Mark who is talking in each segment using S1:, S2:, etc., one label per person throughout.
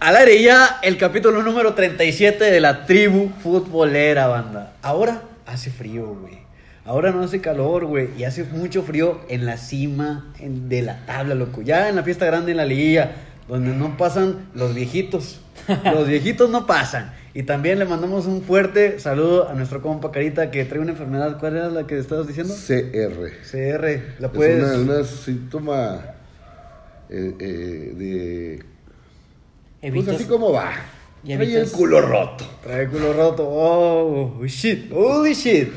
S1: Al aire ya el capítulo número 37 de la tribu futbolera, banda. Ahora hace frío, güey. Ahora no hace calor, güey. Y hace mucho frío en la cima en- de la tabla, loco. Ya en la fiesta grande en la liguilla, donde no pasan los viejitos. Los viejitos no pasan. Y también le mandamos un fuerte saludo a nuestro compa Carita que trae una enfermedad. ¿Cuál era la que estabas diciendo?
S2: CR.
S1: CR. La
S2: Es
S1: puedes.
S2: una, una síntoma eh, eh, de... Pues
S3: Evitas-
S2: así como va.
S3: Y
S2: Trae el
S3: evitas-
S2: culo roto.
S1: Trae el culo roto. Oh, shit. Holy shit.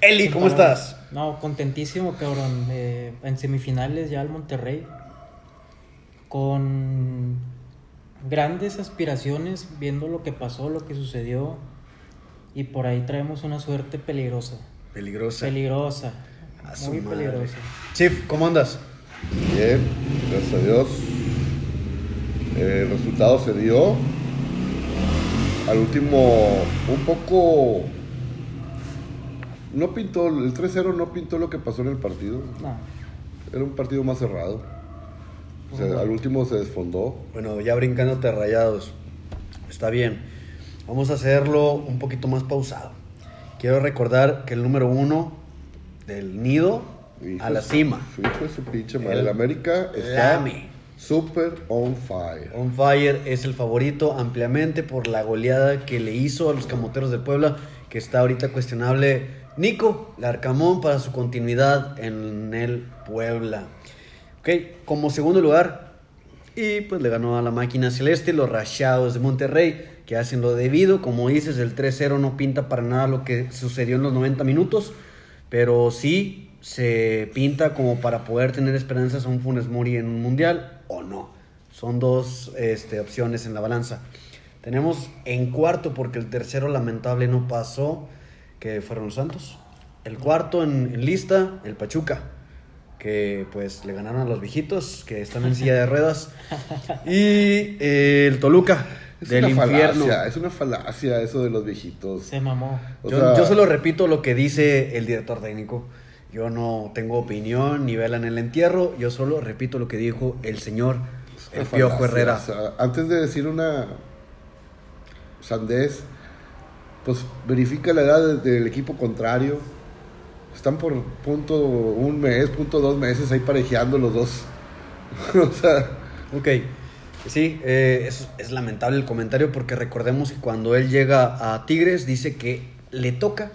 S1: Eli, ¿cómo estás?
S3: No, contentísimo, cabrón. Eh, en semifinales ya al Monterrey. Con grandes aspiraciones, viendo lo que pasó, lo que sucedió. Y por ahí traemos una suerte peligrosa.
S1: Peligrosa.
S3: Peligrosa.
S1: A su
S3: Muy
S1: madre.
S3: peligrosa.
S1: Chief, ¿cómo andas?
S2: Bien, gracias a Dios. Eh, el resultado se dio. Al último, un poco. No pintó, el 3-0 no pintó lo que pasó en el partido.
S3: No.
S2: Era un partido más cerrado. O sea, al último se desfondó.
S1: Bueno, ya brincándote a rayados. Está bien. Vamos a hacerlo un poquito más pausado. Quiero recordar que el número uno del nido
S2: Hijo
S1: a la
S2: de su-
S1: cima.
S2: Hijo de su pinche madre.
S1: El-
S2: El América está
S1: Lame.
S2: super on fire.
S1: On Fire es el favorito ampliamente por la goleada que le hizo a los camoteros de Puebla, que está ahorita cuestionable Nico Larcamón para su continuidad en el Puebla. Ok, como segundo lugar, y pues le ganó a la máquina celeste, los rayados de Monterrey, que hacen lo debido. Como dices, el 3-0 no pinta para nada lo que sucedió en los 90 minutos, pero sí se pinta como para poder tener esperanzas a un Funes Mori en un mundial o no. Son dos este, opciones en la balanza. Tenemos en cuarto, porque el tercero lamentable no pasó, que fueron los Santos. El cuarto en, en lista, el Pachuca, que pues le ganaron a los viejitos, que están en silla de ruedas. Y eh, el Toluca,
S2: Es
S1: del
S2: una
S1: infierno.
S2: falacia, es una falacia eso de los viejitos.
S3: Se mamó.
S2: O
S1: Yo,
S2: sea-
S1: yo solo repito lo que dice el director técnico. Yo no tengo opinión ni vela en el entierro. Yo solo repito lo que dijo el señor, el Piojo
S2: Falacia,
S1: Herrera.
S2: o sea, antes de decir una sandez, pues verifica la edad de- del equipo contrario. Están por punto un mes, punto dos meses ahí parejeando los dos. o sea,
S1: Ok, sí, eh, es, es lamentable el comentario porque recordemos que cuando él llega a Tigres dice que le toca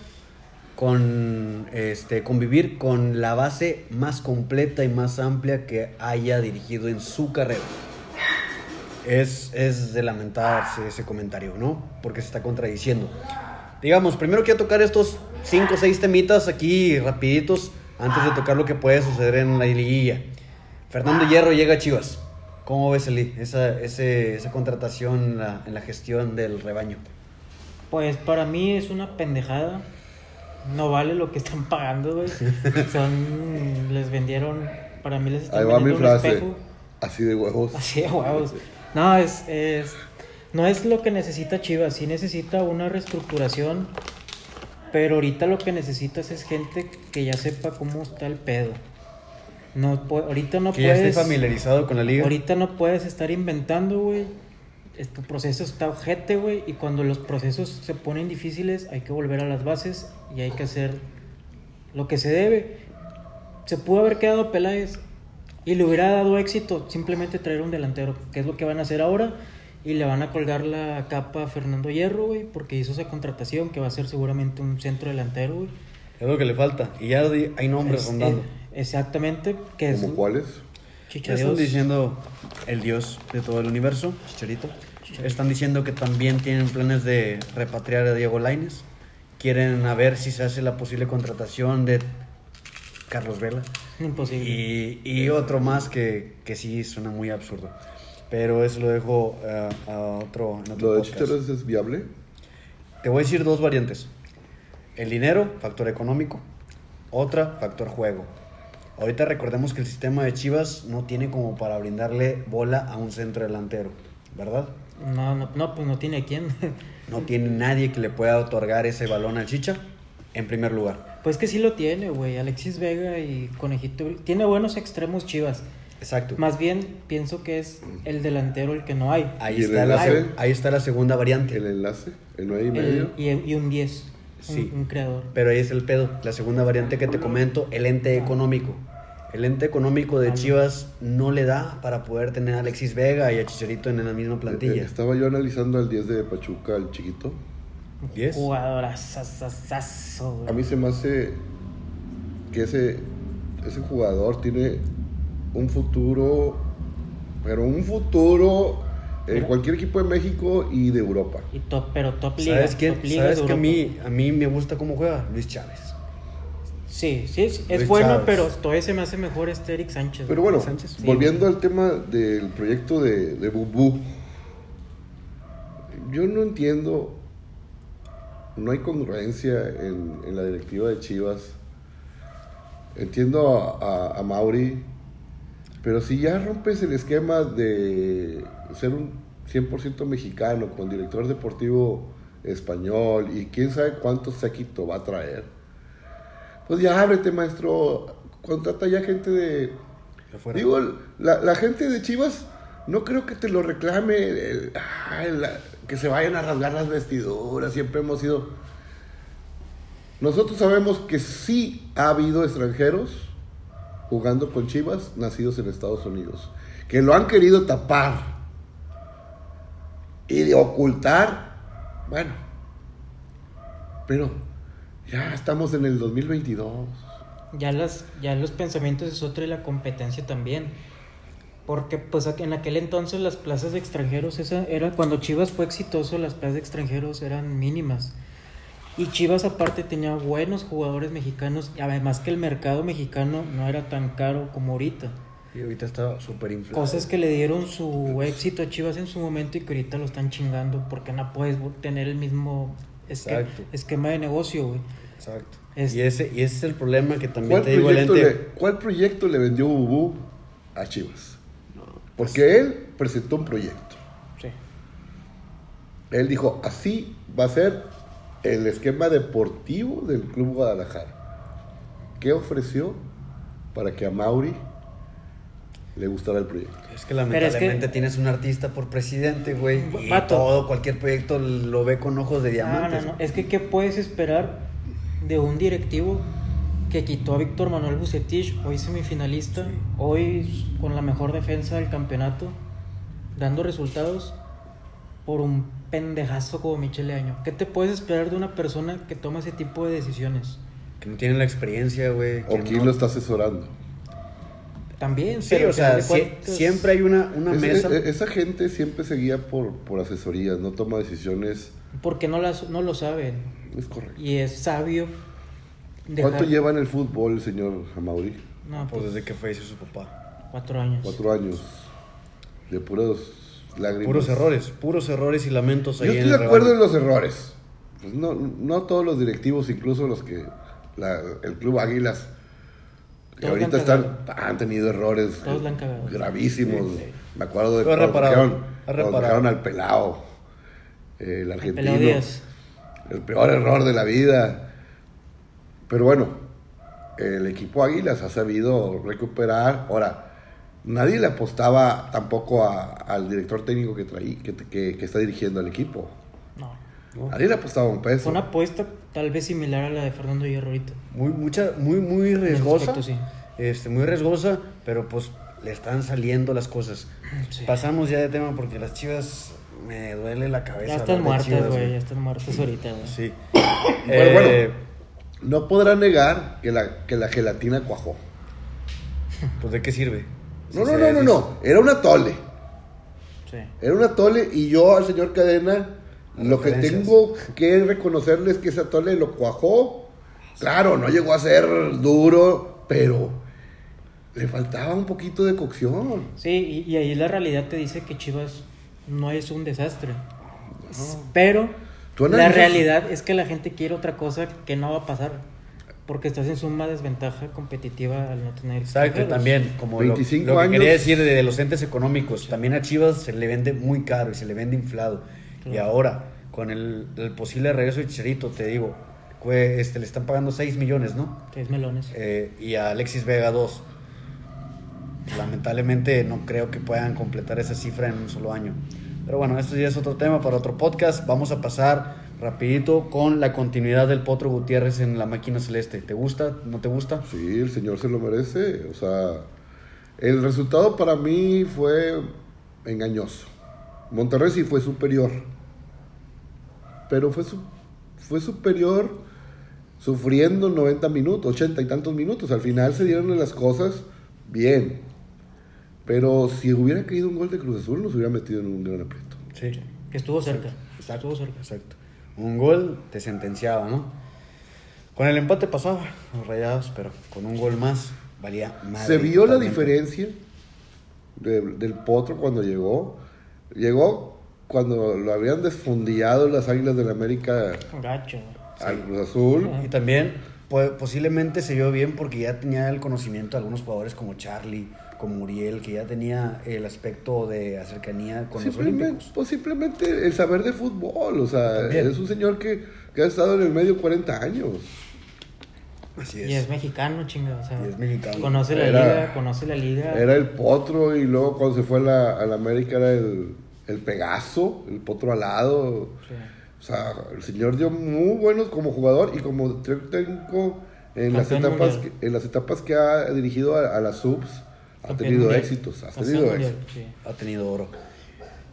S1: con este convivir con la base más completa y más amplia que haya dirigido en su carrera. Es, es de lamentarse ese comentario, ¿no? Porque se está contradiciendo. Digamos, primero quiero tocar estos 5 o 6 temitas aquí rapiditos antes de tocar lo que puede suceder en la liguilla. Fernando
S3: Ah.
S1: Hierro llega a Chivas. ¿Cómo ves, Eli, esa, ese- esa contratación en la, en la gestión del rebaño?
S3: Pues para mí es una pendejada. No vale lo que están pagando, güey. Son. Les vendieron. Para mí les están
S2: ahí va mi
S3: vendiendo un
S2: frase.
S3: espejo.
S2: Así de huevos.
S3: Así de huevos. No, es, es- no es lo que necesita Chivas. Sí necesita una reestructuración. Pero ahorita lo que necesitas es gente que ya sepa cómo está el pedo. No, pu- ahorita no
S1: que ya
S3: puedes.
S1: esté familiarizado con la liga.
S3: Ahorita no puedes estar inventando, güey. Es- Tu proceso está ojete, güey. Y cuando los procesos se ponen difíciles, hay que volver a las bases y hay que hacer lo que se debe. Se pudo haber quedado Peláez y le hubiera dado éxito simplemente traer un delantero, que es lo que van a hacer ahora. Y le van a colgar la capa a Fernando Hierro, güey, porque hizo esa contratación que va a ser seguramente un centro delantero, güey.
S1: Es lo que le falta. Y ya di- hay nombres
S3: Es-
S1: rondando.
S3: eh, exactamente, que es
S2: ¿Como cuáles?
S1: Ya
S3: Chicha
S1: están
S3: Dios.
S1: diciendo el dios de todo el universo, Chicharito. Están diciendo que también tienen planes de repatriar a Diego Laines. Quieren a ver si se hace la posible contratación de Carlos Vela.
S3: Imposible.
S1: Y, y otro más que, que sí suena muy absurdo. Pero eso lo dejo eh, a otro, en otro
S2: ¿Lo de
S1: podcast.
S2: Chicharros es viable?
S1: Te voy a decir dos variantes. El dinero, factor económico. Otra, factor juego. Ahorita recordemos que el sistema de Chivas no tiene como para brindarle bola a un centro delantero, ¿verdad?
S3: No, no, no, pues no tiene quién.
S1: No tiene nadie que le pueda otorgar ese balón al Chicha, en primer lugar.
S3: pues que sí lo tiene, güey. Alexis Vega y Conejito. Tiene buenos extremos chivas.
S1: Exacto.
S3: Más bien, pienso que es el delantero el que no hay.
S2: ¿Y
S1: Ahí
S2: el
S1: está, la,
S2: enlace?
S1: seg- ahí está la segunda variante.
S2: El enlace, el 9 y
S3: El-
S2: medio.
S3: y, y un 10. un-
S1: Sí.
S3: Un, creador.
S1: Pero ahí es el pedo. La segunda variante que te comento, el ente económico. El ente económico de Chivas no le da para poder tener a Alexis Vega y a Chicharito en la misma
S2: Eh, eh,
S1: plantilla.
S2: Estaba yo analizando al 10 de Pachuca, al chiquito.
S1: ¿Diez?
S3: Jugadorazazazazo, güey.
S2: A mí se me hace que ese, ese jugador tiene un futuro, pero un futuro en
S3: Mira.
S2: cualquier equipo de México y de Europa.
S3: Y top, pero top liga.
S1: ¿Sabes quién?
S3: top liga
S1: ¿Sabes
S3: de
S1: que a
S3: Europa.
S1: mí, a mí me gusta cómo juega? Luis Chávez.
S3: Sí, sí, sí, es
S1: Luis
S3: bueno,
S1: Chávez.
S3: pero todavía se me hace mejor este Eric Sánchez.
S2: Pero
S3: güey.
S2: bueno,
S1: Sánchez,
S3: sí.
S2: volviendo al tema del proyecto de, de Bubú, yo no entiendo, no hay congruencia en, en la directiva de Chivas. Entiendo a, a- a Mauri, pero si ya rompes el esquema de ser un 100% mexicano con director deportivo español y quién sabe cuántos saquito va a traer, pues ya ábrete, maestro. Contrata ya gente de,
S1: de fuera.
S2: Digo, la, la gente de Chivas no creo que te lo reclame, el- ay, la- que se vayan a rasgar las vestiduras, siempre hemos sido... Nosotros sabemos que sí ha habido extranjeros jugando con Chivas nacidos en Estados Unidos, que lo han querido tapar y de ocultar, bueno, pero ya estamos en el 2022.
S3: Ya, las, ya los pensamientos es otra y la competencia también. Porque pues aqu- en aquel entonces las plazas de extranjeros, esa era cuando Chivas fue exitoso, las plazas de extranjeros eran mínimas. Y Chivas aparte tenía buenos jugadores mexicanos, y además que el mercado mexicano no era tan caro como ahorita.
S1: Y ahorita está súper inflado.
S3: Cosas que le dieron su éxito a Chivas en su momento y que ahorita lo están chingando porque no puedes vol- tener el mismo esque-
S1: Exacto.
S3: esquema de negocio, güey.
S1: Exacto.
S3: Es-
S1: Y, ese, y ese es el problema que también
S2: ¿Cuál
S1: te digo el
S2: proyecto,
S1: ente.
S2: le, cuál proyecto le vendió Bubú a Chivas?
S1: pues-
S2: Porque él presentó un proyecto.
S3: Sí.
S2: Él dijo, así va a ser el esquema deportivo del Club Guadalajara. ¿Qué ofreció para que a Mauri le gustara el proyecto?
S1: Es que
S3: Pero es que-
S1: lamentablemente tienes un artista por presidente, güey. Y
S3: Vato.
S1: todo, cualquier proyecto lo ve con ojos de
S3: No,
S1: diamantes.
S3: Ah, no, no. Es que, ¿qué puedes esperar de un directivo que quitó a Víctor Manuel Bucetich, hoy semifinalista, hoy con la mejor defensa del campeonato, dando resultados por un pendejazo como Michele Año? ¿Qué te puedes esperar de una persona que toma ese tipo de decisiones?
S1: Que no tienen la experiencia, güey.
S2: ¿O
S1: que
S2: quién
S1: no-
S2: lo está asesorando?
S3: También,
S1: Sí, o
S3: pero al final
S1: sea,
S3: de
S1: sie-
S3: cuentas-
S1: siempre hay una, una
S2: Es-
S1: mesa.
S2: e- esa gente siempre se guía por, por asesorías, no toma decisiones.
S3: Porque no, las, no lo saben.
S2: Es correcto.
S3: Y es sabio. dejar-
S2: ¿Cuánto lleva en el fútbol el señor Amauri?
S3: No,
S1: pues
S3: pues
S1: desde que falleció su papá.
S3: cuatro años.
S2: Cuatro años de puros lágrimas.
S1: Puros errores, puros errores y lamentos ahí
S2: pues. Yo
S1: en
S2: estoy
S1: el
S2: de acuerdo en
S1: rebaño.
S2: los errores. Pues no, no todos los directivos, incluso los que la- el Club Águilas, que
S3: Todos la
S2: ahorita
S3: han
S2: están, han tenido errores
S3: Todos la han cagado.
S2: gravísimos. Me acuerdo de
S1: Pero ha
S2: cuando
S1: reparado,
S2: dejaron,
S1: ha
S2: cuando
S1: reparado.
S2: dejaron al pelado, eh, el
S3: El
S2: argentino.
S3: Pelao Díaz.
S2: El peor error de la vida. Pero bueno, el equipo Águilas ha sabido recuperar. Ahora, nadie le apostaba tampoco a- al director técnico que, traí, que, que- que está dirigiendo al equipo.
S3: No.
S2: Nadie le apostaba un peso.
S3: Fue una apuesta tal vez similar a la de Fernando Hierro ahorita.
S1: Muy, mucha, muy, muy riesgosa.
S3: aspecto, sí.
S1: Este, muy riesgosa, pero pues le están saliendo las cosas.
S3: Sí.
S1: Pasamos ya de tema porque las chivas me duele la cabeza.
S3: Ya
S1: hablar
S3: están
S1: de
S3: muertas,
S1: Chivas,
S3: güey. Ya están muertas ahorita, güey.
S1: Sí.
S2: Pero bueno,
S1: Eh,
S2: no podrá negar que la, que la gelatina cuajó.
S1: Pues de qué sirve.
S2: No,
S1: Si
S2: no,
S1: se
S2: no, no,
S1: deshizo.
S2: no. Era una tole.
S3: Sí.
S2: Era una tole y yo al señor Cadena lo que
S1: Referencias.
S2: tengo que reconocerles que esa tole lo cuajó. Claro, no llegó a ser duro, pero le faltaba un poquito de cocción.
S3: Sí, y, y ahí la realidad te dice que Chivas no es un desastre. Pero
S2: Tú
S3: la
S2: analizas-
S3: realidad es que la gente quiere otra cosa que no va a pasar. Porque estás en suma desventaja competitiva al no tener.
S1: Exacto,
S3: extranjeros.
S1: también, como lo-
S2: 25
S1: lo, que
S2: años.
S1: quería decir de los entes económicos, también a Chivas se le vende muy caro y se le vende inflado. Y
S3: Claro.
S1: ahora, con el, el posible regreso de Chicharito, te digo, cue- este, le
S3: Eh,
S1: están pagando 6 millones, ¿no?
S3: Tres melones.
S1: Eh, y a Alexis Vega 2. lamentablemente no creo que puedan completar esa cifra en un solo año. Pero bueno, esto ya es otro tema para otro podcast. Vamos a pasar rapidito con la continuidad del Potro Gutiérrez en la máquina celeste. ¿Te gusta? ¿No te gusta?
S2: Sí, el señor se lo merece. O sea, el resultado para mí fue engañoso. Monterrey sí fue superior. Pero fue, su- fue superior sufriendo 90 minutos, 80 y tantos minutos. Al final se dieron las cosas bien. Pero si hubiera caído un gol de Cruz Azul, nos hubiera metido en un gran aprieto.
S1: Sí.
S3: Que estuvo cerca. Estuvo cerca.
S1: Exacto. Un gol te sentenciaba, ¿no? Con el empate pasaba los rayados, pero con un gol más valía más.
S2: se vio la diferencia de- del potro cuando llegó. Llegó cuando lo habían desfundillado las Águilas del América
S3: Gacho, güey.
S2: al Cruz Azul.
S1: Y también po- posiblemente se vio bien porque ya tenía el conocimiento de algunos jugadores como Charlie, como Muriel, que ya tenía el aspecto de la cercanía con los
S2: Simplemente,
S1: olímpicos.
S2: pues simplemente el saber de fútbol, o sea,
S1: También.
S2: es un señor que, que ha estado en el medio 40 años.
S1: Así
S3: Y es mexicano, chinga. O sea,
S1: Y es mexicano.
S3: Conoce la
S2: Era-
S3: liga, conoce la liga.
S2: Era el potro y luego cuando se fue a la, a la América era el, el Pegaso, el potro alado.
S3: Sí.
S2: O sea, el señor dio muy buenos como jugador y como técnico en las
S3: Campeón
S2: etapas que,
S3: mundial.
S2: en las etapas que ha dirigido a, a las subs ha
S3: Campeón
S2: tenido
S3: mundial.
S2: éxitos, ha
S3: Campeón
S2: tenido
S3: mundial,
S2: éxitos.
S3: sí.
S1: Ha tenido oro.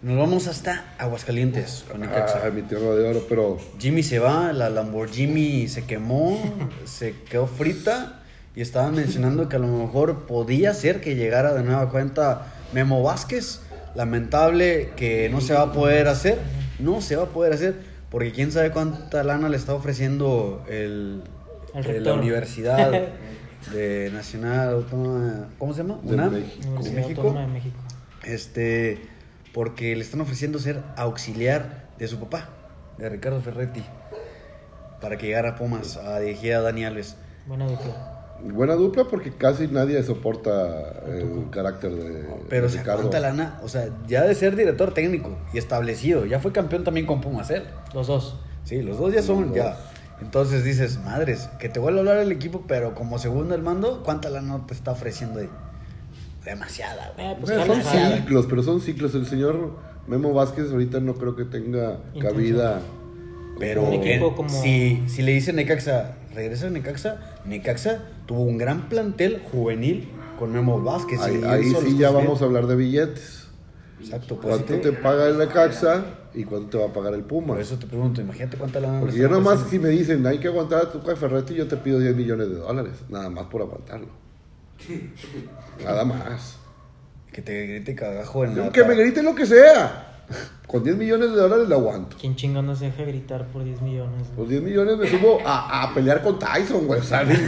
S1: Nos vamos hasta Aguascalientes con Necaxa.
S2: Ah, mi tierra de oro, pero
S1: Jimmy se va, la Lamborghini se quemó, se quedó frita y estaban mencionando que a lo mejor podía ser que llegara de nueva cuenta Memo Vázquez. Lamentable que no se va a poder hacer, no se va a poder hacer porque quién sabe cuánta lana le está ofreciendo el,
S3: El
S1: de la
S3: rector.
S1: Universidad de Nacional Autónoma, ¿cómo se llama?
S2: De
S1: UNAM,
S2: México.
S1: de
S3: Universidad
S1: México.
S3: Autónoma de México.
S1: Este, porque le están ofreciendo ser auxiliar de su papá, de Ricardo Ferretti, para que llegara a Pumas a dirigir a Dani Alves.
S3: Buena dupla.
S2: buena dupla porque casi nadie soporta el carácter de
S1: Pero
S2: de
S1: se
S2: Eh, Ricardo.
S1: aguanta lana, o sea, ya de ser director técnico y establecido, ya fue campeón también con Pumas él.
S3: Los dos.
S1: Sí, los dos ya son,
S2: Los
S1: ya.
S2: dos.
S1: Entonces dices, madres, que te vuelve a hablar el equipo, pero como segundo el mando, ¿cuánta lana te está ofreciendo ahí? Demasiada, güey.
S3: Eh, pues,
S2: Bueno, son
S3: Carlos Jara.
S2: ciclos, pero son ciclos. El señor Memo Vázquez ahorita no creo que tenga
S3: Intención.
S2: cabida.
S1: Pero
S3: Un equipo
S1: eh,
S3: como-
S1: si, si le dice Necaxa, regresa a Necaxa, Necaxa tuvo un gran plantel juvenil con Memo Vázquez.
S2: ahí
S1: y él
S2: ahí
S1: solo
S2: sí
S1: está
S2: ya
S1: bien.
S2: vamos a hablar de billetes.
S1: Exacto, pues,
S2: ¿Cuánto
S1: sí, Pues
S2: te paga el Necaxa y cuánto te va a pagar el Puma?
S1: Por eso te pregunto, imagínate cuánta lana. le
S2: Porque yo
S1: están
S2: nomás, si
S1: ofreciendo.
S2: me dicen, hay que aguantar a Tuca Ferretti, yo te pido 10 millones de dólares. Nada más por aguantarlo. Nada más.
S1: Que te grite cagajo en la
S2: que me
S1: cara.
S2: griten lo que sea. Con 10 millones de dólares lo aguanto.
S3: ¿Quién chingando se deja gritar por 10 millones? güey?
S2: Con 10 millones me subo a, a pelear con Tyson, güey. ¿sabes?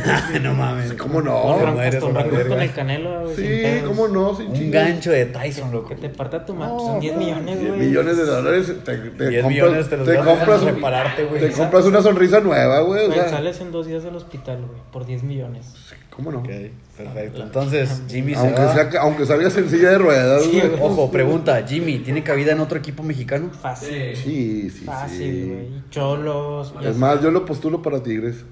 S1: no mames.
S2: pues, ¿Cómo
S3: Con
S1: Ahora
S2: no?
S3: Ran-
S1: mueres,
S3: hasta un
S1: a la
S3: Rancor
S1: verga.
S3: con el canelo, güey, sin
S2: Sí,
S3: pedos.
S2: cómo no, sin
S1: Un
S2: chingas.
S1: gancho de Tyson, loco.
S3: Que te parta tu mano.
S1: No,
S3: pues son 10
S1: no,
S3: millones,
S2: 10
S3: güey.
S2: millones de dólares te, te
S1: 10
S2: compras,
S1: millones te los vas a
S2: compras un-
S1: repararte, güey.
S2: te compras una sonrisa nueva, güey. O
S3: Güey,
S2: sea,
S3: sales en dos días del hospital, güey, por 10 millones.
S2: ¿Cómo no?
S1: Ok, perfecto. Entonces, Jimmy se
S2: Aunque,
S1: va.
S2: sea, que- aunque salgas en silla de ruedas,
S3: Sí,
S2: güey.
S3: güey.
S1: Ojo, pregunta, Jimmy, ¿tiene cabida en otro equipo mexicano?
S3: Fácil.
S2: Sí, sí,
S3: Fácil,
S2: sí.
S3: güey. Y Cholos.
S2: Es más, yo lo postulo para Tigres.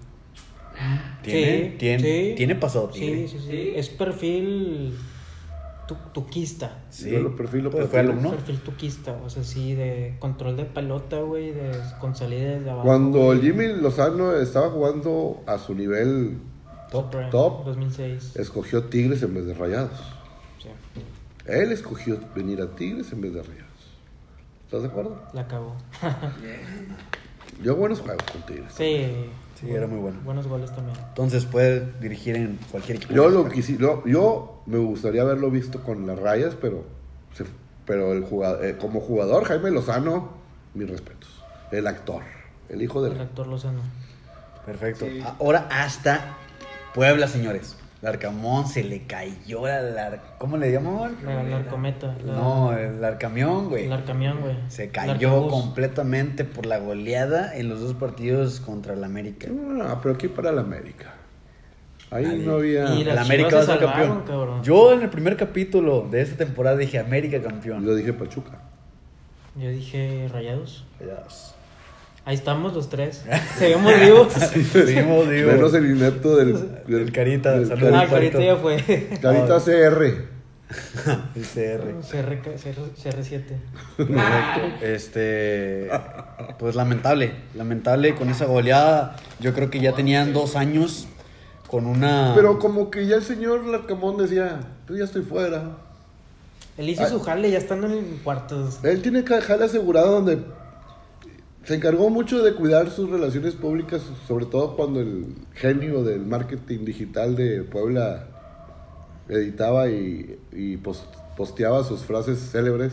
S1: ¿Tiene? ¿Tiene? ¿Tiene pasado
S3: Sí,
S1: tigre?
S3: sí, sí. Es perfil tu- tuquista.
S2: Yo lo perfilo
S1: pues
S2: para
S1: fue
S2: ti.
S1: alumno.
S3: Perfil tuquista, o sea, sí, de control de pelota, güey, de con salida desde abajo.
S2: Cuando el Jimmy Lozano estaba jugando a su nivel,
S1: Top.
S3: Prime,
S2: top.
S3: 2006.
S2: escogió Tigres en vez de Rayados.
S3: Sí,
S2: Él escogió venir a Tigres en vez de Rayados. ¿Estás de acuerdo?
S3: la acabó.
S2: Yo buenos juegos con Tigres.
S3: Sí.
S1: Sí, era muy bueno.
S3: Buenos goles también.
S1: Entonces puede dirigir en cualquier equipo.
S2: Yo lo quisi- lo- yo me gustaría haberlo visto con las rayas, pero se- pero el jugador, eh, como jugador Jaime Lozano, mis respetos. El actor, el hijo
S3: El
S2: del
S3: actor Lozano.
S1: Perfecto. Ahora hasta Puebla, señores. Larcamón se le cayó la lar- ¿Cómo le llamaban?
S3: La, la arcometa. La,
S1: No, el Larcamión, güey.
S3: El arcamión, güey.
S1: Se
S3: El
S1: cayó
S3: arcabuz.
S1: completamente por la goleada en los dos partidos contra el América.
S2: Ah, pero aquí para la América. Ahí
S1: Nadie.
S2: no había
S3: Y
S1: El
S3: las
S1: América va a
S3: Chivas
S1: ser
S3: se salvaron,
S1: campeón.
S3: cabrón.
S1: Yo en el primer capítulo de esta temporada dije América campeón.
S2: Yo dije Pachuca.
S3: Yo dije rayados.
S1: Rayados.
S3: Ahí estamos los tres. Seguimos vivos.
S1: Seguimos, digo.
S2: Menos el inepto del,
S1: El Carita,
S2: del
S1: saludos. pues. Ah.
S3: ah,
S2: carita,
S3: ahorita ya fue.
S2: Carita CR.
S1: El CR.
S3: CR, CR7.
S1: Correcto. Este, pues lamentable, lamentable con esa goleada. Yo creo que ya tenían dos años con una.
S2: Pero como que ya el señor Larcamón decía, pues ya estoy fuera.
S3: Él hizo
S2: Ay.
S3: su jale ya estando en cuartos.
S2: Él tiene que dejar asegurado donde se encargó mucho de cuidar sus relaciones públicas, sobre todo cuando el genio del marketing digital de Puebla editaba y, y pos- posteaba sus frases célebres.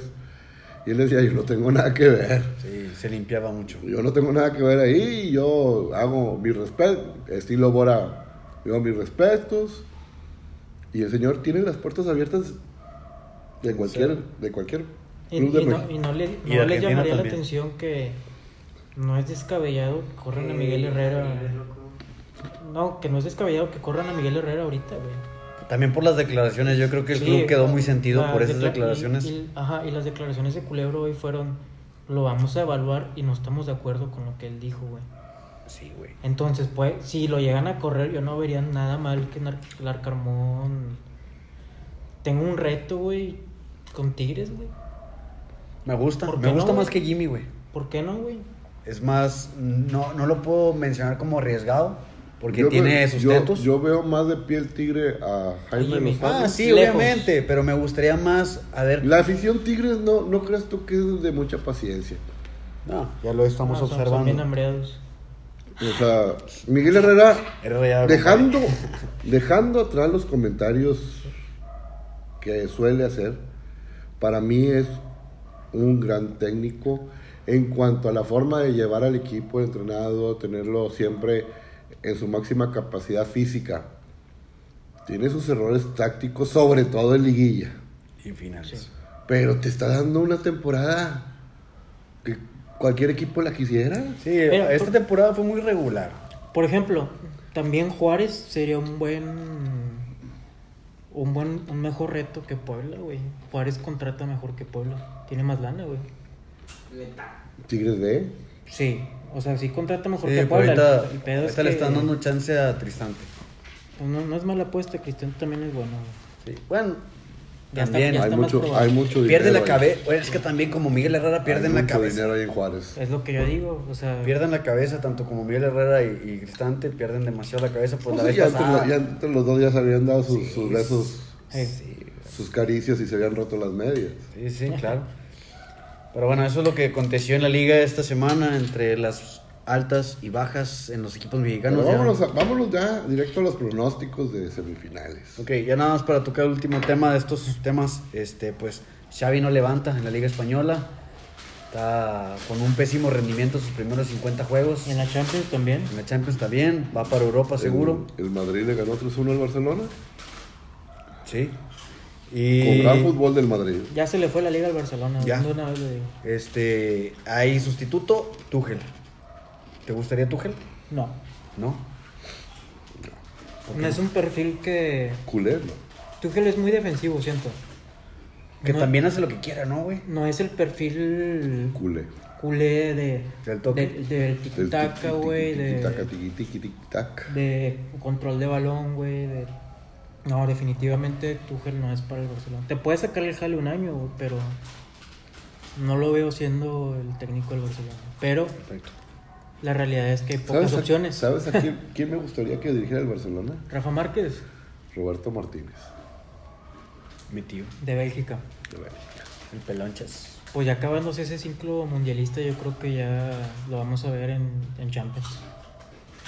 S2: Y él decía, yo no tengo nada que ver.
S1: Sí, se limpiaba mucho.
S2: Yo no tengo nada que ver ahí, yo hago mi respeto, estilo Bora, digo mis respetos. Y el señor tiene las puertas abiertas de cualquier, de cualquier
S3: Y,
S2: club de
S3: y no,
S2: México.
S3: y no le,
S1: Y
S3: no
S1: de
S3: les
S1: Argentina
S3: llamaría la
S1: también.
S3: atención que no es descabellado que corran a
S1: Eh,
S3: Miguel Herrera. No, que no es descabellado que corran a Miguel Herrera ahorita, güey.
S1: También por las declaraciones, yo creo que el
S3: Sí,
S1: club quedó muy sentido
S3: las
S1: por esas
S3: decla- y-
S1: declaraciones.
S3: y- ajá, y las declaraciones de Culebro hoy fueron, lo vamos a evaluar y no estamos de acuerdo con lo que él dijo, güey.
S1: Sí, güey.
S3: Entonces, pues, si lo llegan a correr, yo no vería nada mal que Nar- Larcarmón... Tengo un reto, güey, con Tigres, güey.
S1: Me gusta,
S3: ¿Por
S1: me
S3: qué
S1: gusta
S3: no?
S1: más que Jimmy, güey.
S3: ¿Por qué no, güey?
S1: Es más, no, no lo puedo mencionar como arriesgado porque
S2: Yo
S1: tiene
S2: veo-
S1: sus
S2: yo-
S1: tetos.
S2: Yo, veo más de piel tigre a Jaime
S3: Oye, mi-
S2: Lozano.
S1: ah, sí,
S3: Lejos.
S1: obviamente, pero me gustaría más, a ver,
S2: La afición tigres no, no crees tú que es de mucha paciencia.
S1: no, ya lo estamos
S3: No, Ah, son- Son bien
S1: observando.
S3: hambreados.
S2: O sea, Miguel Herrera
S1: Era rayado,
S2: dejando, dejando atrás los comentarios que suele hacer, para mí es un gran técnico en cuanto a la forma de llevar al equipo entrenado, tenerlo siempre en su máxima capacidad física. Tiene sus errores tácticos, sobre todo en liguilla.
S1: Y finales.
S3: Sí.
S2: Pero te está dando una temporada que cualquier equipo la quisiera.
S1: Sí,
S3: Pero,
S1: esta
S3: por-
S1: temporada fue muy regular.
S3: Por ejemplo, también Juárez sería un buen. Un buen. Un mejor reto que Puebla, güey. Juárez contrata mejor que Puebla. Tiene más lana, güey.
S2: Tigres B.
S3: Sí. O sea, sí contrata mejor
S1: Sí,
S3: que
S1: pero
S3: Puebla.
S1: ahorita,
S3: el pedo es
S1: ahorita le
S3: que- pues,
S1: están dando chance a Tristante.
S3: No, no es mala apuesta, Cristian también es bueno. güey.
S1: Sí. Bueno,
S3: Ya está-
S1: también
S3: ya
S2: Hay
S3: está más
S2: mucho,
S3: probado.
S2: hay mucho
S1: pierde
S2: dinero
S1: la
S2: ahí.
S1: cabeza. Es que también como Miguel Herrera pierden
S2: Hay
S1: la
S2: mucho
S1: cabeza.
S2: dinero ahí en Juárez.
S3: Es lo que yo digo. O sea,
S1: Pierden la cabeza, tanto como Miguel Herrera y, y Cristante, pierden demasiado la cabeza. Pues
S2: Pues
S1: la
S2: sí,
S1: vez
S2: ya, entre,
S1: pasada.
S2: lo- ya entre los dos ya se habían dado sus,
S1: Sí,
S2: sus besos,
S3: eh,
S1: Sí,
S2: sus caricias y se habían roto las medias.
S1: sí, sí, claro. Pero bueno, eso es lo que aconteció en la liga esta semana, entre las altas y bajas en los equipos mexicanos.
S2: Pero
S1: ya.
S2: vámonos, a- vámonos ya directo a los pronósticos de semifinales.
S1: Ok, ya nada más para tocar el último tema de estos temas, este, pues Xavi no levanta en la Liga Española, está con un pésimo rendimiento sus primeros 50 juegos,
S3: En la Champions también.
S1: en la Champions también, va para Europa Pues seguro,
S2: El, el Madrid le ganó 3-1 al Barcelona.
S1: sí, y
S2: Con gran fútbol del Madrid.
S3: Ya se le fue la liga al Barcelona.
S1: Ya.
S3: de una vez le digo.
S1: este, hay sustituto, Tuchel, ¿te gustaría Tuchel?
S3: No.
S1: No,
S3: No es un perfil que.
S2: Culé, ¿no?
S3: Tuchel es muy defensivo, siento.
S1: que
S3: No.
S1: también hace lo que quiera, ¿no, güey?
S3: No es el perfil
S2: Culé.
S3: culé de.
S1: Del toque.
S3: Del, del
S2: El
S3: tiquitaca,
S2: tiqui,
S3: güey.
S2: tiqui, tiquitaca,
S3: De,
S2: tiqui, tiqui, tiquitaca.
S3: de control de balón, güey. de- No, definitivamente Tuchel no es para el Barcelona. Te puede sacar el jale un año, güey, pero. No lo veo siendo el técnico del Barcelona. Pero
S1: Perfecto.
S3: la realidad es que hay pocas
S2: a-
S3: opciones.
S2: ¿Sabes a quién, quién me gustaría que dirigiera el Barcelona?
S3: Rafa Márquez,
S2: Roberto Martínez.
S1: Mi tío,
S3: de Bélgica.
S2: de Bélgica.
S1: el pelonchas.
S3: Pues ya acabándose ese ciclo mundialista, yo creo que ya lo vamos a ver en, en Champions.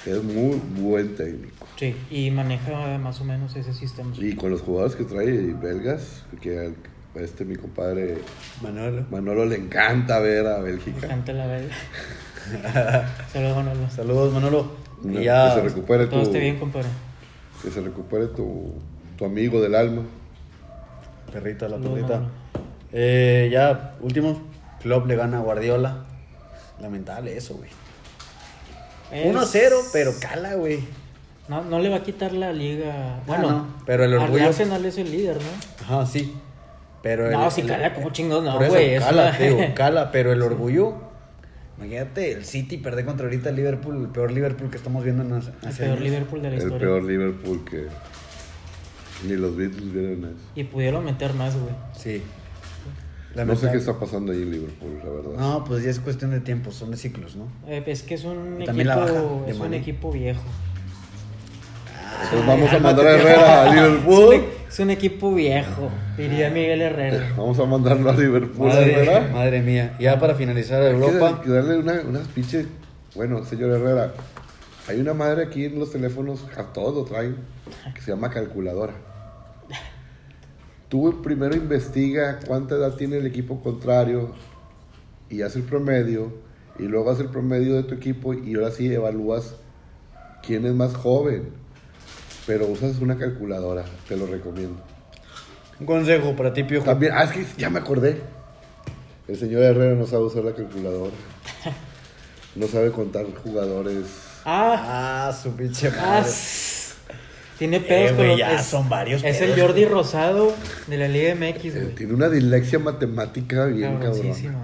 S2: Es muy buen técnico.
S3: Sí, y maneja más o menos ese sistema.
S2: Y con los jugadores que trae belgas, que al- a este mi compadre
S1: Manolo.
S2: Manolo le encanta ver a Bélgica.
S3: Gente la verdad. Saludos, Manolo.
S1: Saludos, Manolo.
S2: No,
S1: y ya,
S2: Que se recupere
S3: Todo
S2: tu,
S3: esté bien, compadre.
S2: que se recupere tu, tu amigo del alma.
S1: Perrita, la
S3: Saludos,
S1: perrita.
S3: Manolo.
S1: Eh, ya, último. Klopp le gana a Guardiola. Lamentable eso, güey.
S3: Es-
S1: 1-0, pero cala, güey.
S3: No, no le va a quitar la liga.
S1: Ah,
S3: Bueno,
S1: no, pero el orgullo-
S3: Arsenal es el líder, ¿no?
S1: Ajá, sí. Pero
S3: No,
S1: el-
S3: si
S1: el-
S3: cala, como chingados, no,
S1: Por eso,
S3: güey, eso
S1: Cala,
S3: no-
S1: te digo, cala, pero el orgullo. Imagínate, el City perder contra ahorita el Liverpool, el peor Liverpool que estamos viendo en hace-
S3: El
S1: hace
S3: peor
S1: años.
S3: Liverpool de la
S2: El
S3: historia.
S2: peor Liverpool que Ni los Beatles vieron eso.
S3: Y pudieron meter más, güey.
S2: No
S1: Sí.
S2: sé
S1: Lamentable.
S2: qué está pasando ahí en Liverpool, la verdad.
S1: No, pues ya es cuestión de tiempo, son de ciclos, ¿no?
S3: Eh, es que es un
S1: Y
S3: equipo,
S1: también la baja de
S3: es un
S1: Mané.
S3: equipo viejo.
S2: Entonces vamos a
S1: cálmate,
S2: mandar a
S1: tío.
S2: Herrera a
S3: Es un,
S2: Liverpool.
S3: e- es un equipo viejo, diría Miguel Herrera.
S2: Vamos a mandarlo a Liverpool, a
S1: Madre,
S2: Herrera.
S1: madre mía. Ya para finalizar
S2: Europa.
S1: Europa.
S2: Pues, Que darle una, unas pinches. Bueno, señor Herrera, hay una madre aquí en los teléfonos, a todos lo traen, que se llama calculadora. Tú primero investiga cuánta edad tiene el equipo contrario y haz el promedio, y luego haz el promedio de tu equipo y ahora sí evalúas quién es más joven. Pero usas una calculadora, te lo recomiendo.
S1: Un consejo para ti, Piojo.
S2: También, ah, es que ya me acordé. El señor Herrera no sabe usar la calculadora. No sabe contar jugadores.
S3: Ah,
S1: Ah, su pinche
S3: ah,
S1: madre.
S3: s- tiene
S1: Eh,
S3: pedos,
S1: güey,
S3: pero
S1: ya
S3: es,
S1: son varios
S3: es
S1: pedos,
S3: el Jordi Rosado de la Liga MX,
S2: Eh,
S3: güey.
S2: tiene una dislexia matemática bien cabrón.
S3: Cabroncísimo, eh.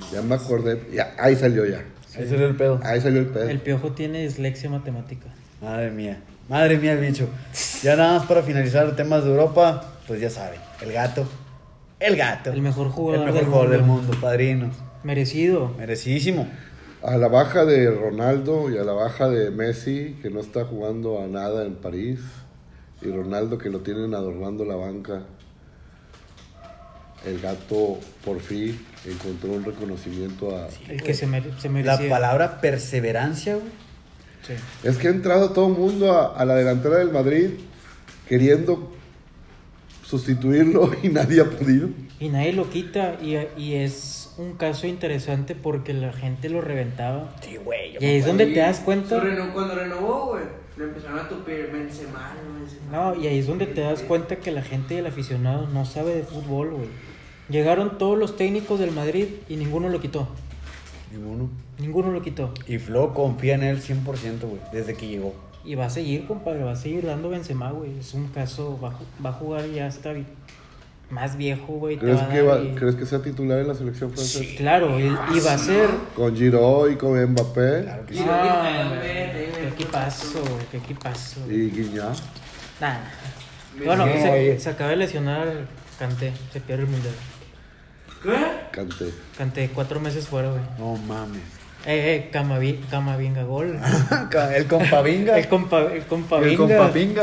S3: güey.
S2: Ya me acordé. Ya, ahí salió ya.
S1: Ese era el pedo.
S2: Ahí salió el pedo.
S3: El piojo tiene dislexia matemática.
S1: Madre mía. Madre mía, el bicho. Ya nada más para finalizar temas de Europa, pues ya saben. El gato. El gato.
S3: El mejor jugador
S1: El mejor
S3: del
S1: jugador del
S3: mundo.
S1: mundo, padrinos.
S3: Merecido.
S1: Merecidísimo.
S2: A la baja de Ronaldo y a la baja de Messi, que no está jugando a nada en París. Y Ronaldo que lo tienen adornando la banca. El gato por fin encontró un reconocimiento a,
S3: El que se, mere- se
S1: La
S3: merecía.
S1: palabra perseverancia, güey.
S3: Sí.
S2: Es que ha entrado todo el mundo a, a la delantera del Madrid queriendo sustituirlo y nadie ha podido.
S3: Y nadie lo quita. Y, y es un caso interesante porque la gente lo reventaba.
S1: Sí, güey. yo
S3: Y ahí es donde te das cuenta.
S4: Su reno- cuando renovó, güey, le empezaron a tupir Benzema, no Benzema.
S3: No, y ahí es donde te das cuenta que la gente y el aficionado no sabe de fútbol, güey. Llegaron todos los técnicos del Madrid y ninguno lo quitó.
S1: Ninguno.
S3: Ninguno lo quitó.
S1: Y Flo confía en él 100%, güey, desde que llegó.
S3: Y va a seguir, compadre, va a seguir dando Benzema, güey. Es un caso, va, a ju- va a jugar ya hasta vi- más viejo, güey. te
S2: ¿Crees
S3: va a
S2: que,
S3: dar
S2: va-
S3: y-
S2: crees que sea titular en la selección francesa?
S3: Claro, y, y va a ser...
S2: Con Giroud y con Mbappé
S1: Claro que sí.
S3: Ah, qué equipazo, güey, qué equipazo. güey.
S2: y Guiñá.
S3: Nah. Bueno,
S1: Sí,
S3: se,
S1: oye.
S3: se acaba de lesionar Canté, se pierde el mundial.
S4: ¿Qué?
S2: Canté.
S3: Canté cuatro meses fuera, güey.
S1: No mames.
S3: Eh, eh, Camavi- Camavinga gol.
S1: el compavinga.
S3: El compa, el compa
S1: El
S3: Vinga.
S1: compapinga.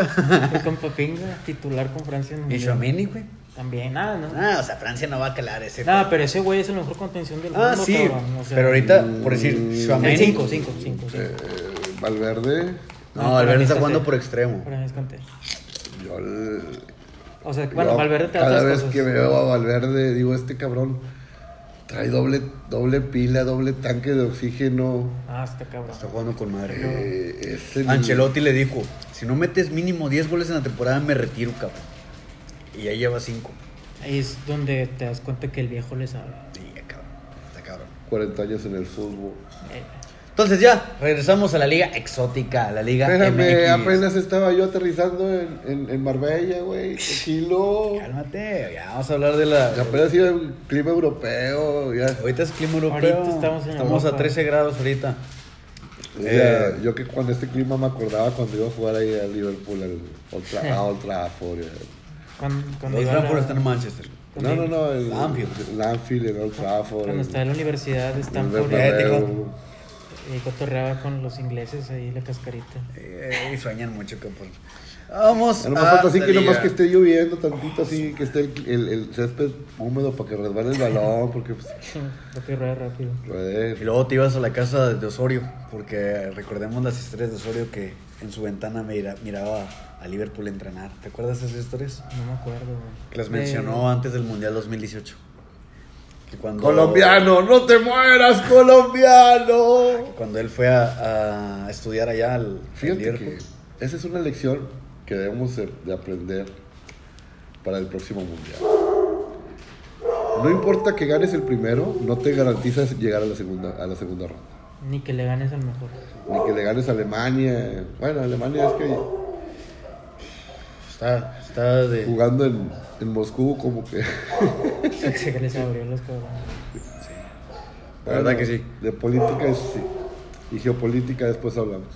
S3: El compa Vinga, titular con Francia en el
S1: Y
S3: Mundial.
S1: Chomini, güey.
S3: También, nada, ¿no?
S1: Ah, o sea, Francia no va a calar ese.
S3: Nada, pero ese güey es el mejor contención del
S1: ah,
S3: mundo,
S1: sí.
S3: cabrón, o sea,
S1: pero ahorita, por decir,
S3: El
S1: Chomini.
S3: 5, 5, 5.
S2: Eh, Valverde.
S1: No, el verde está
S3: Para mí
S1: jugando
S3: está
S1: por
S3: bien.
S1: extremo.
S3: Para mí es Kanté.
S2: Yo, el-
S3: O sea, bueno,
S2: yo
S3: Valverde te da
S2: cada
S3: otras
S2: vez
S3: cosas.
S2: que veo a Valverde, digo, este cabrón trae doble, doble pila, doble tanque de oxígeno.
S3: Ah, está cabrón.
S1: Está jugando con madre.
S2: Eh, es el-
S1: Ancelotti le dijo: Si no metes mínimo 10 goles en la temporada, me retiro, cabrón. Y ya lleva 5.
S3: Ahí es donde te das cuenta que el viejo le sabe.
S1: Y ya, cabrón. Está cabrón.
S2: 40 años en el fútbol.
S3: Eh,
S1: Entonces ya, regresamos a la liga exótica, a la liga
S2: Espérame,
S1: MX.
S2: apenas estaba yo aterrizando en, en, en Marbella, güey. Tranquilo.
S1: Cálmate, ya vamos a hablar de la...
S2: Apenas iba el clima europeo. Ya,
S1: Ahorita es clima europeo.
S3: Ahorita estamos en
S1: a
S3: Europa.
S1: 13 grados ahorita.
S2: Ya,
S1: Eh.
S2: yo que con este clima me acordaba cuando iba a jugar ahí a Liverpool, al Old Tra- a Old Trafford. ya.
S3: Cuando, cuando
S1: Los
S3: iba a la-
S1: Frankfurt están en Manchester.
S2: No, no, no. El,
S1: Anfield.
S2: el Anfield, el Old Trafford.
S3: Cuando
S2: el-
S3: estaba en la universidad de
S2: el
S3: Stanford
S2: Bernabéu.
S1: Atlético.
S3: y cotorreaba con los ingleses ahí la cascarita.
S1: Eh, y sueñan mucho, cabrón. Vamos
S2: A
S1: a
S2: lo mejor así
S1: la
S2: que nomás
S1: liga.
S2: que esté lloviendo tantito así, que esté el, el, el césped húmedo para que resbale el balón, porque pues,
S3: Rápido, rueda rápido.
S2: rodea.
S1: Y luego te ibas a la casa de Osorio, porque recordemos las historias de Osorio que en su ventana mira- miraba a Liverpool entrenar. ¿Te acuerdas de esas historias?
S3: No me acuerdo, güey.
S1: Que las
S3: Eh,
S1: mencionó antes del Mundial 2018. Que cuando-
S2: Colombiano, no te mueras, colombiano.
S1: Cuando él fue a, a estudiar allá al al
S2: Fíjate que
S1: Liverpool. pues,
S2: esa es una lección que debemos de, de aprender para el próximo mundial. No importa que ganes el primero, no te garantizas llegar a la segunda a la segunda ronda.
S3: Ni que le ganes al mejor.
S2: Ni que le ganes a Alemania. Bueno, Alemania es que
S1: Está, está de...
S2: jugando en, en Moscú como que
S3: Se, se les abrió los cabrones.
S1: La verdad que sí.
S2: De política es- sí. y geopolítica después hablamos.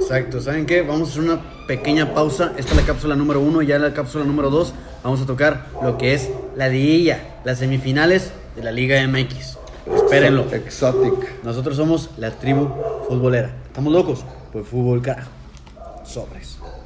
S1: Exacto, ¿saben qué? Vamos a hacer una pequeña pausa. Esta es la cápsula número uno, ya en la cápsula número dos vamos a tocar lo que es la liguilla, las semifinales de la Liga MX. Espérenlo.
S2: Exotic.
S1: Nosotros somos la tribu futbolera. Estamos locos por fútbol, carajo. Sobres.